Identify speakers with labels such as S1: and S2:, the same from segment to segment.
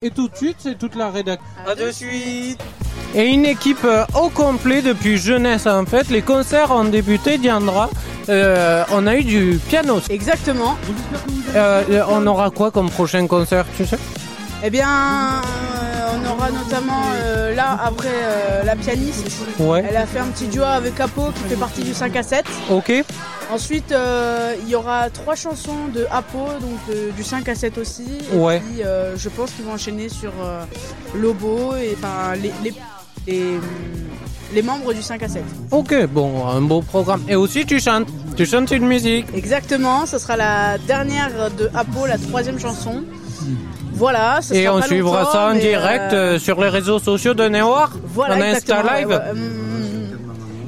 S1: Et tout de suite, c'est toute la rédaction.
S2: À de suite
S1: Et une équipe euh, au complet depuis jeunesse en fait. Les concerts ont débuté, Diandra. Euh, on a eu du piano.
S3: Exactement.
S1: Euh, euh, on aura quoi comme prochain concert, tu sais
S3: Eh bien, euh, on aura notamment euh, là, après euh, la pianiste,
S1: Ouais.
S3: elle a fait un petit duo avec Apo qui fait partie du 5 à 7.
S1: Ok.
S3: Ensuite, euh, il y aura trois chansons de Apo, donc euh, du 5 à 7 aussi. Et
S1: Ouais.
S3: puis, euh, je pense qu'ils vont enchaîner sur euh, Lobo et enfin les, les, les, hum, les membres du 5 à 7.
S1: Ok, bon, un beau programme. Et aussi, tu chantes. Tu chantes une musique.
S3: Exactement, ce sera la dernière de Apo, la troisième chanson. Voilà, ce
S1: Et
S3: sera
S1: on
S3: pas
S1: suivra
S3: longtemps,
S1: ça en
S3: mais,
S1: direct
S3: euh,
S1: euh, sur les réseaux sociaux de Néoir.
S3: Voilà,
S1: en Insta
S3: exactement,
S1: Live.
S3: ouais, ouais, hum, hum, hum.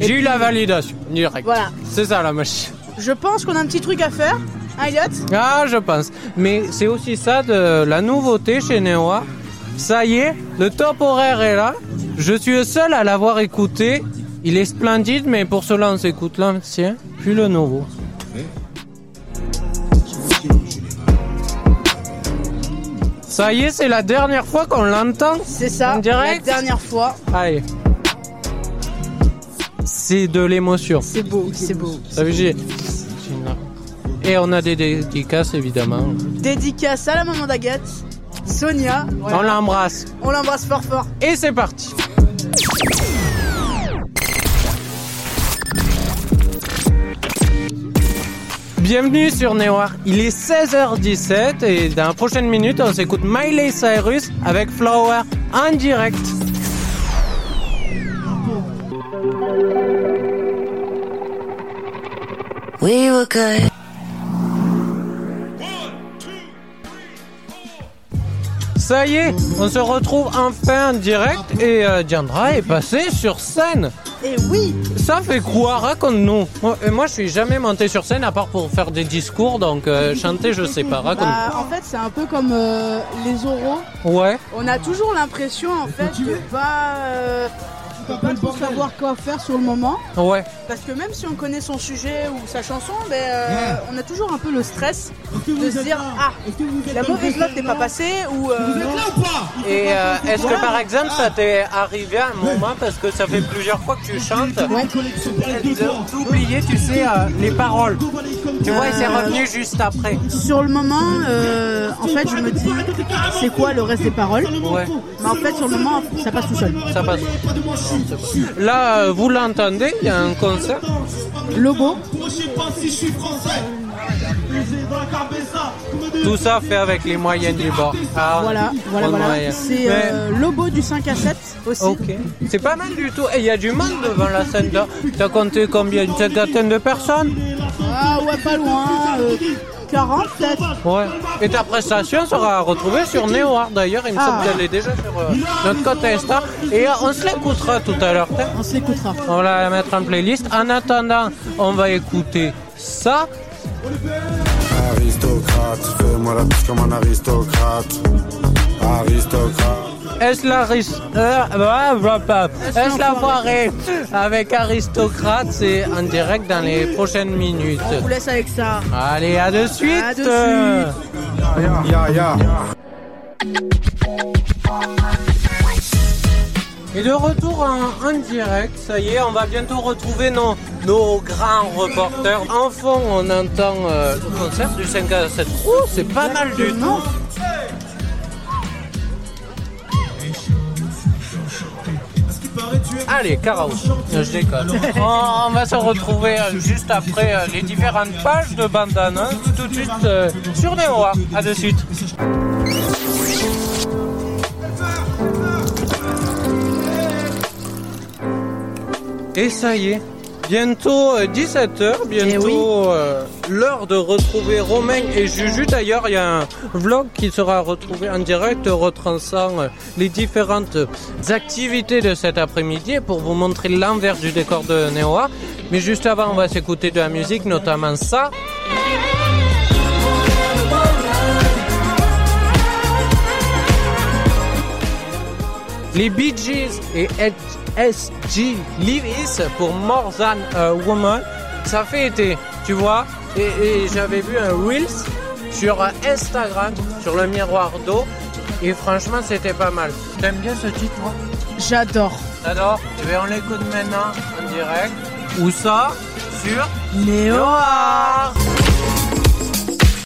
S3: Et
S1: J'ai eu
S3: puis-
S1: la validation. Direct.
S3: Voilà.
S1: C'est ça la machine.
S3: Je pense qu'on a un petit truc à faire, hein Elliot
S1: Ah, je pense. Mais c'est aussi ça de la nouveauté chez Neoa. Ça y est, le top horaire est là. Je suis le seul à l'avoir écouté. Il est splendide, mais pour cela, on s'écoute l'ancien, puis le nouveau. Ça y est, c'est la dernière fois qu'on l'entend.
S3: C'est ça,
S1: En direct
S3: la dernière fois.
S1: Allez. C'est de l'émotion.
S3: C'est beau, c'est beau.
S1: Ça veut dire- Et on a des dédicaces, évidemment.
S3: Dédicace à la maman d'Agathe, Sonia. Voilà.
S1: On l'embrasse.
S3: On l'embrasse fort fort.
S1: Et c'est parti Bienvenue sur Néoir, il est 16h17 et dans la prochaine minute on s'écoute Miley Cyrus avec Flower en direct.
S4: We were good.
S1: Ça y est, on se retrouve enfin en direct et euh, Diandra est passée sur scène.
S3: Et oui,
S1: Ça fait quoi Raconte-nous. Moi, euh, moi je suis jamais monté sur scène à part pour faire des discours donc euh, chanter je sais pas, raconte.
S3: bah, en fait c'est un peu comme euh, les oraux.
S1: Ouais,
S3: On a toujours l'impression en fait de pas, euh, de pas trop savoir quoi faire sur le moment.
S1: ouais.
S3: Parce que même si on connaît son sujet ou sa chanson, ben, euh, on a toujours un peu le stress de se dire ah la mauvaise note n'est pas passée ou euh,
S1: Et euh, est-ce que par exemple ça t'est arrivé à un moment parce que ça fait plusieurs fois que tu chantes de- d'oublier tu sais euh, les paroles tu vois et c'est revenu juste après
S3: sur le moment euh, en fait je me dis c'est quoi le reste des paroles
S1: ouais
S3: mais en fait sur le moment ça passe tout seul.
S1: ça passe là euh, vous l'entendez il y a un concert
S3: Lobo,
S1: tout ça fait avec les moyens du bord Ah,
S3: voilà, voilà,
S1: bon
S3: voilà.
S1: moyen.
S3: C'est
S1: Mais-
S3: euh, Lobo du 5 à 7 aussi.
S1: Ok, c'est pas mal du tout. Et il y a du monde devant la scène là. T'as compté combien Une cinquantaine de personnes
S3: Ah ouais, pas loin. euh, 40 peut-être.
S1: Ouais. Et ta prestation sera retrouvée sur NeoArt d'ailleurs. Il me
S3: Ah.
S1: semble qu'elle est déjà sur euh, notre compte Insta. Et euh, on se l'écoutera tout à l'heure. t'es.
S3: On s'écoutera.
S1: On va la mettre en playlist. En attendant, on va écouter ça.
S5: Aristocrate, fais-moi la bouche comme un aristocrate. Aristocrate.
S1: Est-ce la ris- euh, bah, bah, bah. Est-ce la foirée avec Aristocrate C'est en direct dans les prochaines minutes.
S3: On vous laisse avec ça.
S1: Allez, à de suite.
S3: À de
S1: euh.
S5: Ya, ya, ya.
S1: Et de retour en, en direct, ça y est, on va bientôt retrouver nos, nos grands reporters. En fond, on entend euh, le concert du 5 à 7. Oh, c'est pas mal du tout. Allez, Carao, je déconne. Oh, On, on va se retrouver euh, juste après euh, les différentes pages de bande annonce, tout de suite euh, sur Néoa. À de suite. Et ça y est, bientôt 17h, bientôt
S3: Eh oui.
S1: euh, l'heure de retrouver Romain et Juju. D'ailleurs, il y a un vlog qui sera retrouvé en direct retransant euh, les différentes activités de cet après-midi et pour vous montrer l'envers du décor de Néoa. Mais juste avant, on va s'écouter de la musique, notamment ça. les Bee Gees et SG Lewis pour More Than a Woman. Ça fait été, tu vois. Et, et j'avais vu un Reels sur Instagram, sur le miroir d'eau, Et franchement, c'était pas mal. T'aimes bien ce titre, toi
S3: J'adore.
S1: T'adores Eh bien, on l'écoute maintenant en direct. Où ça Sur
S3: Néo
S1: Noir